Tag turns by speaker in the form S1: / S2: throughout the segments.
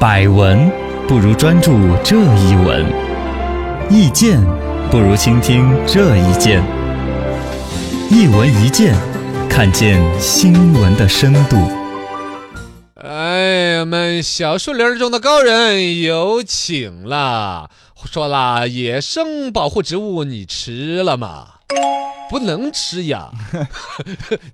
S1: 百闻不如专注这一闻，意见不如倾听这一见。一闻一见，看见新闻的深度。
S2: 哎，我们小树林儿中的高人有请啦！说啦，野生保护植物你吃了吗？不能吃呀！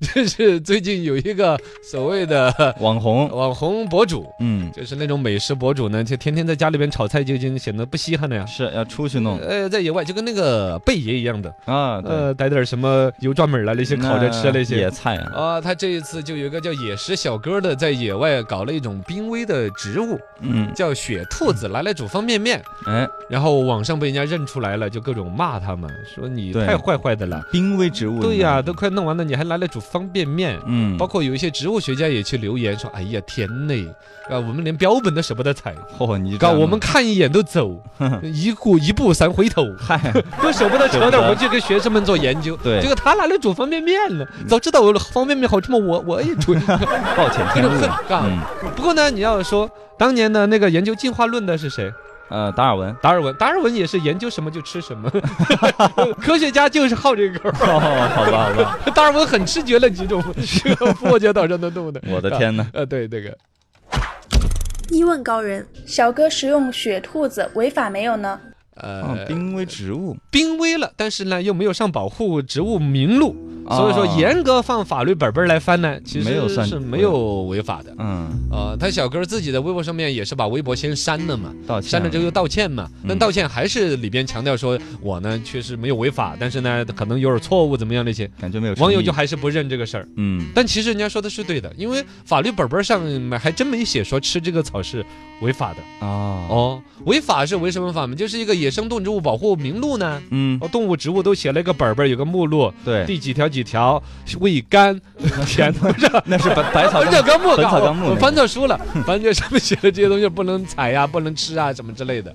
S2: 这是最近有一个所谓的
S1: 网红，
S2: 网红博主，
S1: 嗯，
S2: 就是那种美食博主呢，就天天在家里边炒菜，就已经显得不稀罕了呀。
S1: 是要出去弄
S2: 呃，在野外就跟那个贝爷一样的，
S1: 啊，对，
S2: 呃，逮点儿什么油转门儿了啊那些烤着吃那些
S1: 野菜啊，
S2: 啊，他这一次就有一个叫野食小哥的，在野外搞了一种濒危的植物，
S1: 嗯，
S2: 叫雪兔子，拿来煮方便面。
S1: 哎，
S2: 然后网上被人家认出来了，就各种骂他们，说你
S1: 对
S2: 太坏坏的了。
S1: 濒危植物，
S2: 对呀、，都快弄完了，你还拿来煮方便面。
S1: 嗯，
S2: 包括有一些植物学家也去留言说：“哎呀，天呐，啊，我们连标本都舍不得采，
S1: 嚯，你这
S2: 搞
S1: 样
S2: 我们看一眼都走，一顾一步三 回头，
S1: 嗨，
S2: 都舍不得扯点回去给学生们做研究。
S1: 对嗯
S2: 结果他拿来煮方便面了。早知道我方便面好吃嘛，我我也煮。
S1: 暴殄
S2: 各
S1: 天物
S2: 种恨， 杠。
S1: 嗯，
S2: 不过呢，你要说当年的那个研究进化论的是谁？
S1: 呃，达尔文，
S2: 达尔文。达尔文也是研究什么就吃什么， 科学家就是好这口。
S1: 哦，好吧，好吧，
S2: 达尔文很吃绝了几种这个复活节岛上的动物的。
S1: 我的天哪！
S2: 呃，对，这个
S3: 一问高人，
S4: 小哥食用雪兔子违法没有呢？
S1: 啊
S2: 呃，
S1: 濒危植物，
S2: 濒危了，但是呢又没有上保护植物名录，所以说
S1: 啊，
S2: 严格放法律本本来翻呢，其
S1: 没有
S2: 实
S1: 算
S2: 是没有违法的。
S1: 嗯，
S2: 呃，他小哥自己的微博上面也是把微博先删了嘛，
S1: 道歉，
S2: 删了之后又道歉嘛，但
S1: 嗯
S2: 道歉还是里边强调说我呢确实没有违法，但是呢可能有点错误怎么样那些，
S1: 感觉没有诚意，
S2: 网友就还是不认这个事儿。
S1: 嗯，
S2: 但其实人家说的是对的，因为法律本本上还真没写说吃这个草是违法的
S1: 啊，
S2: 哦。违法是违什么法嘛？就是一个野生动植物保护名录呢，
S1: 嗯，
S2: 哦，动物植物都写了一个本本，有个目录，
S1: 对，
S2: 第几条几条，未干，填不是
S1: 那是 百百草
S2: 不是
S1: 纲目，
S2: 纲目，
S1: 本草
S2: 纲
S1: 纲目
S2: 我
S1: 那个
S2: 翻错书了，反正就上面写的这些东西不能采呀、不能吃啊，什么之类的。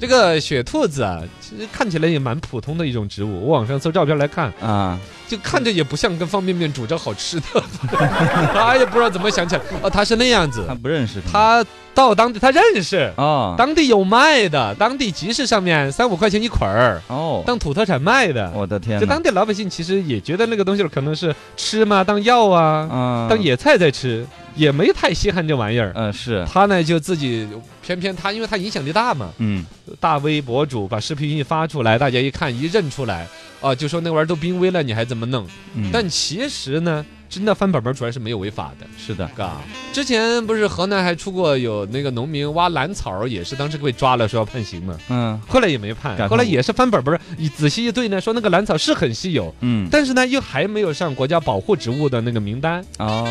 S2: 这个雪兔子啊，其实看起来也蛮普通的一种植物。我网上搜照片来看，
S1: 啊，
S2: 就看着也不像跟方便面煮着好吃的， 他也不知道怎么想起来。哦，他是那样子
S1: 他，不认识他
S2: 他到当地他认识，
S1: 啊，
S2: 当地有卖的，当地集市上面三五块钱一捆儿，
S1: 哦，
S2: 当土特产卖的。
S1: 我的哦天
S2: 就
S1: 哪，
S2: 当地老百姓其实也觉得那个东西可能是吃嘛，当药啊，
S1: 啊，
S2: 当野菜在吃，也没太稀罕这玩意儿。
S1: 嗯是，
S2: 他呢就自己偏偏他，因为他影响力大嘛，
S1: 嗯
S2: 大 V 博主把视频一发出来，大家一看一认出来，啊，就说那玩意儿都濒危了，你还怎么弄？
S1: 嗯，
S2: 但其实呢，真的翻本本儿主要是没有违法的。
S1: 是的，
S2: 嘎，之前不是河南还出过有那个农民挖兰草儿，也是当时被抓了，说要判刑嘛，
S1: 嗯
S2: 后来也没
S1: 改
S2: 判，
S1: 判
S2: 后来也是翻本本儿，一仔细一对呢，说那个兰草是很稀有，
S1: 嗯
S2: 但是呢又还没有上国家保护植物的那个名单，
S1: 哦，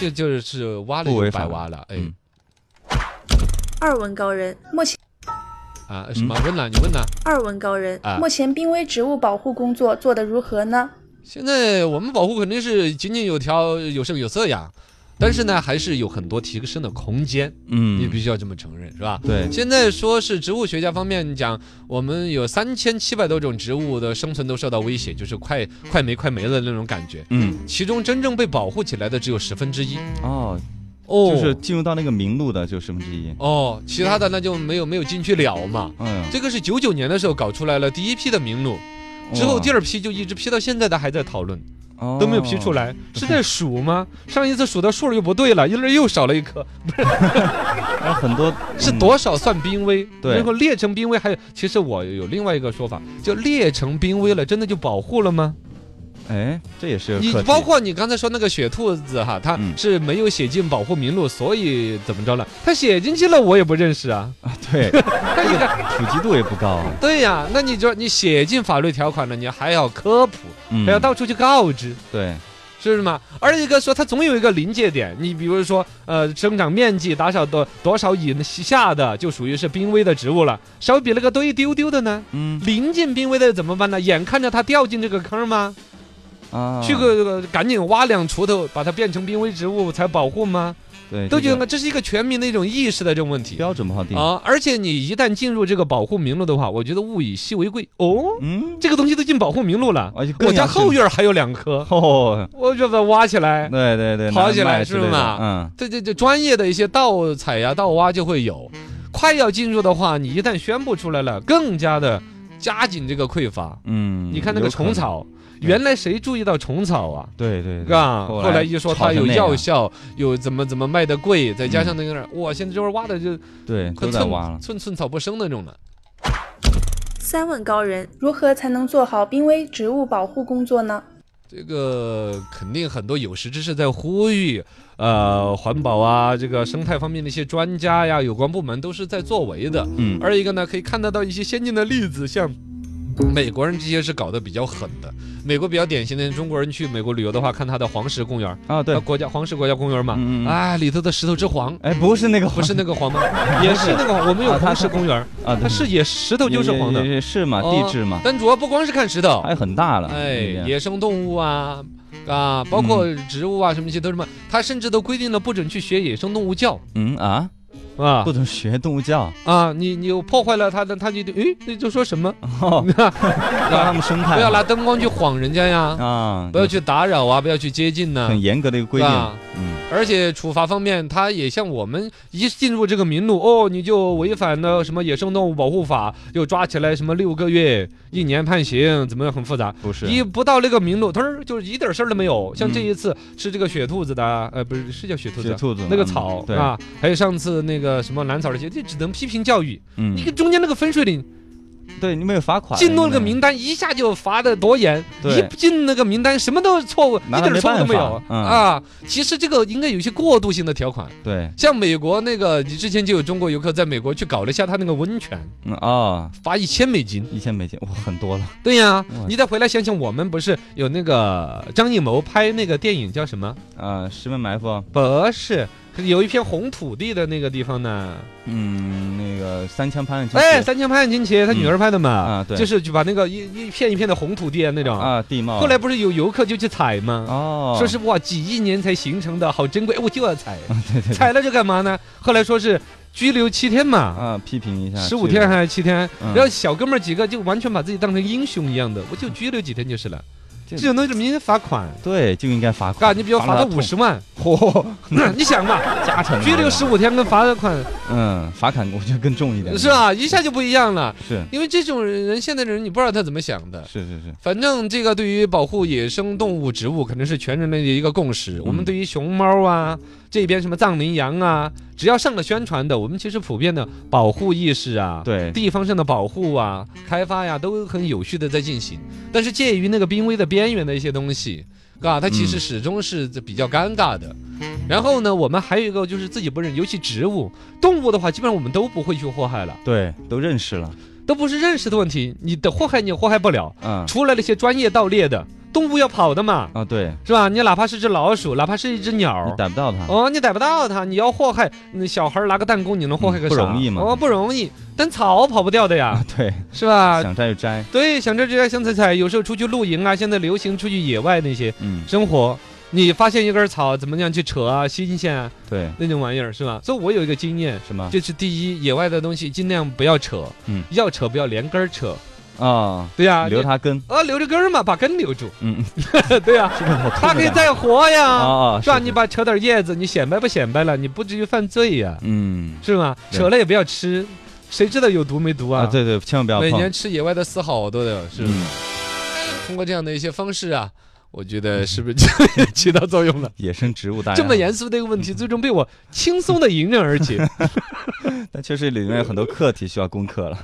S2: 这就是挖了
S1: 不
S2: 就
S1: 违法
S2: 白挖了，哎。
S1: 嗯
S3: 二问高人，
S4: 目前
S2: 啊，什么？问了，你问了。
S3: 二问高人，
S2: 啊
S4: 目前濒危植物保护工作做得如何呢？
S2: 现在我们保护肯定是井井有条、有声有色呀，但是呢，还是有很多提升的空间，你必
S1: 嗯，
S2: 须要这么承认，是吧？
S1: 对，
S2: 现在说是植物学家方面讲，我们有三千七百多种植物的生存都受到威胁，就是快快没快没了那种感觉。
S1: 嗯
S2: 其中真正被保护起来的只有十分之一
S1: 哦，
S2: 哦，
S1: 就是进入到那个名录的就十分之一，
S2: 哦，其他的那就没有没有进去了嘛。
S1: 嗯，
S2: 这个是九九年的时候搞出来了第一批的名录，之后第二批就一直批到现在的还在讨论。
S1: 二
S2: 都没有批出，来，是在 数吗？上一次数的数儿又不对了，一轮又少了一颗，
S1: 嗯哦很多
S2: 是
S1: 嗯
S2: 多少算濒危？
S1: 对
S2: 然后列成濒危，还有其实我有另外一个说法，就列成濒危了，真的就保护了吗？
S1: 哎，这也是
S2: 你
S1: 课题
S2: 包括你刚才说那个雪兔子哈，它
S1: 嗯
S2: 是没有写进保护名录，所以怎么着了？它写进去了，我也不认 识啊。
S1: 啊对，
S2: 那你看，
S1: 普及度也不高，
S2: 对呀、那你就你写进法律条款了，你还要科普，
S1: 嗯，
S2: 还要到处去告知。
S1: 对，
S2: 是不是嘛？而一个说它总有一个临界点，你比如说，呃，生长面积达少多多少以下的就属于是濒危的植物了，稍微比那个多一丢丢的呢，
S1: 嗯
S2: 临近濒危的怎么办呢？眼看着它掉进这个坑吗？
S1: 啊，
S2: 呃去个、赶紧挖两锄头把它变成濒危植物才保护吗？
S5: 对，
S2: 都
S5: 这
S2: 觉
S5: 个
S2: 得这是一个全民的一种意识的这种问题
S5: 标准不好定。
S2: 啊。而且你一旦进入这个保护名录的话，我觉得物以稀为贵哦，
S5: 嗯，
S2: 这个东西都进保护名录了
S5: 而且，更
S2: 我家
S5: 要是
S2: 后院还有两棵，
S5: 哦，
S2: 我就把它挖起来。
S5: 对对对，
S2: 跑起来
S5: 拿麦
S2: 是
S5: 之类的
S2: 吗
S5: 嗯，
S2: 这这这专业的一些盗采呀、盗挖就会有。快要进入的话，你一旦宣布出来了，更加的加紧这个匮乏。
S5: 嗯，
S2: 你看那个
S5: 有可
S2: 虫
S5: 能，
S2: 草，
S5: 对
S2: 原来谁注意到虫草啊？
S5: 对对对，
S2: 啊，后来一说
S5: 炒
S2: 它
S5: 成
S2: 有
S5: 那
S2: 药
S5: 样，
S2: 效，有怎么怎么卖的贵，再加上那个，哇，现在这边挖的就
S5: 对，
S2: 快
S5: 都在
S2: 寸
S5: 挖了。
S2: 寸寸草不生那种了。
S3: 三问高人，
S4: 如何才能做好濒危植物保护工作呢？
S2: 这个肯定很多有识之士在呼吁，呃，环保啊，这个生态方面的一些专家呀，有关部门都是在作为的。
S5: 嗯，
S2: 二一个呢，可以看得到一些先进的例子，像。美国人这些是搞得比较狠的。美国比较典型的，中国人去美国旅游的话，看它的黄石公园，
S5: 啊对
S2: 它，国家黄石国家公园嘛，
S5: 嗯嗯嗯
S2: 啊，里头的石头之黄，
S5: 哎，不是那个黄，
S2: 不是那个 黄吗？也是那个黄。我们有
S5: 啊它
S2: 黄石公园，
S5: 啊，对
S2: 它是也石头就是黄的。
S5: 也也是嘛，
S2: 哦
S5: 地质嘛，
S2: 但主要不光是看石头，
S5: 还很大了。
S2: 哎，
S5: 那边
S2: 野生动物啊
S5: 嗯
S2: 啊，包括植物啊什么一些都是什么，它甚至都规定了不准去学野生动物叫
S5: 嗯啊，
S2: 啊
S5: 不准学动物叫，
S2: 啊，你你有破坏了它的，它就诶，那就说什么， 啊
S5: 哦，让他们生态。
S2: 不要拿灯光去晃人家呀，
S5: 啊，
S2: 不要去打扰啊，不要去接近呐、啊
S5: 很严格的一个规
S2: 是
S5: 定
S2: 吧。
S5: 嗯，
S2: 而且处罚方面，它也像我们一进入这个名录，哦，你就违反了什么野生动物保护法，又抓起来什么六个月、一年判刑，怎么样，很复杂。
S5: 不是
S2: 一不到那个名录，它儿就是一点事儿都没有。像这
S5: 嗯
S2: 一次吃这个雪兔子的，呃，不是是叫雪兔子
S5: 学
S2: 啊。
S5: 兔子嘛
S2: 那个草
S5: 嗯对，
S2: 啊，还有上次那个什么蓝草这些，这只能批评教育。你
S5: 嗯，
S2: 看中间那个分水岭，
S5: 对，你没有罚款，
S2: 进入那
S5: 你
S2: 个
S5: 没有
S2: 名单，一下就罚的多严，
S5: 对
S2: 一进那个名单什么都错误，
S5: 拿
S2: 一
S5: 他
S2: 点错误都没
S5: 没办
S2: 有
S5: 法嗯
S2: 啊！其实这个应该有一些过渡性的条款，
S5: 对，
S2: 像美国那个，你之前就有中国游客在美国去搞了一下他那个温泉，
S5: 嗯啊，
S2: 罚一千美金。
S5: 一千美金，哇，很多了。
S2: 对呀
S5: 哇，
S2: 你再回来想想，我们不是有那个张艺谋拍那个电影叫什么？
S5: 啊，十面埋伏，
S2: 不是，有一片红土地的那个地方呢，
S5: 嗯，那个三枪拍案惊
S2: 哎，
S5: 奇，
S2: 三千拍案惊奇，他女儿拍的嘛，
S5: 啊对
S2: 就是就把那个一一片一片的红土地啊那种。
S5: 啊，地貌。
S2: 后来不是有游客就去采吗？
S5: 哦，
S2: 说是哇，几亿年才形成的，好珍贵，哎我就要采，
S5: 对对对
S2: 采了就干嘛呢？后来说是拘留七天嘛，
S5: 啊，批评一下
S2: 十五天还是七天？
S5: 嗯
S2: 然后小哥们儿几个就完全把自己当成英雄一样的，我就拘留几天就是了。
S5: 这
S2: 这种东西明天罚款，
S5: 对，就应该罚
S2: 嘎，
S5: 款。
S2: 你比如罚
S5: 他
S2: 个五十万，
S5: 痛，嚯，
S2: 你想嘛，
S5: 加成啊
S2: 拘留十
S5: 五，
S2: 五天跟罚个款
S5: 嗯，罚款我觉得更重一点，
S2: 是？啊吧，一下就不一样了。
S5: 是
S2: 因为这种人，现在的人你不知道他怎么想的。
S5: 是是是，
S2: 反正这个对于保护野生动物、植物，肯定是全人类的一个共识。
S5: 嗯
S2: 我们对于熊猫啊，这边什么藏羚羊啊，只要上了宣传的，我们其实普遍的保护意识啊，
S5: 对，
S2: 地方上的保护啊、开发呀，都很有序的在进行。但是介于那个濒危的边缘的一些东西，啊，它其实
S5: 嗯
S2: 始终是比较尴尬的。然后呢，我们还有一个就是自己不认，尤其植物、动物的话，基本上我们都不会去祸害了，
S5: 对，都认识了，
S2: 都不是认识的问题，你的祸害你也祸害不了。
S5: 嗯
S2: 除了那些专业盗猎的，动物要跑的嘛，
S5: 啊，对，
S2: 是吧？你哪怕是只老鼠，哪怕是一只
S5: 你
S2: 鸟。
S5: 逮不到他，
S2: 哦，你逮不到它，你要祸害，那小孩拿个弹弓，你能祸害
S5: 嗯
S2: 个
S5: 不
S2: 啥
S5: 容易嘛
S2: 哦，不容易，但草跑不掉的呀
S5: 啊，，对，
S2: 是吧？
S5: 想摘就摘，
S2: 对，想这摘想采采，有时候出去露营啊，现在流行出去野外那些
S5: 嗯，
S2: 生活。你发现一根草怎么样去扯啊，新鲜啊
S5: 对，
S2: 那种玩意儿是吧？所以我有一个经验，
S5: 什么
S2: 就是第一，野外的东西尽量不要扯，
S5: 嗯
S2: 要扯不要连根儿扯，
S5: 啊？
S2: 对呀、
S5: 留
S2: 你
S5: 它根，
S2: 啊留着根儿嘛，把根留住，
S5: 嗯，
S2: 对 呀、
S5: 这个好
S2: 它可以再活呀，
S5: 啊，
S2: 哦是吧？
S5: 是
S2: 你，把扯点叶子，你显摆不显摆了？你不至于犯罪呀，
S5: 嗯
S2: 是吗？
S5: 对
S2: 扯了也不要吃，谁知道有毒没毒
S5: 啊，
S2: 啊？
S5: 对对，千万不要
S2: 每
S5: 碰，
S2: 年吃野外的丝好多的，是不是？
S5: 嗯，
S2: 通过这样的一些方式啊，我觉得是不是就 起到作用了？
S5: 野生植
S1: 哎
S5: 物大
S2: 这么
S5: 严，
S2: 严肃的一个问题，最终被我轻松的迎刃而解。
S5: 但确实里面有很多课题需要攻克了。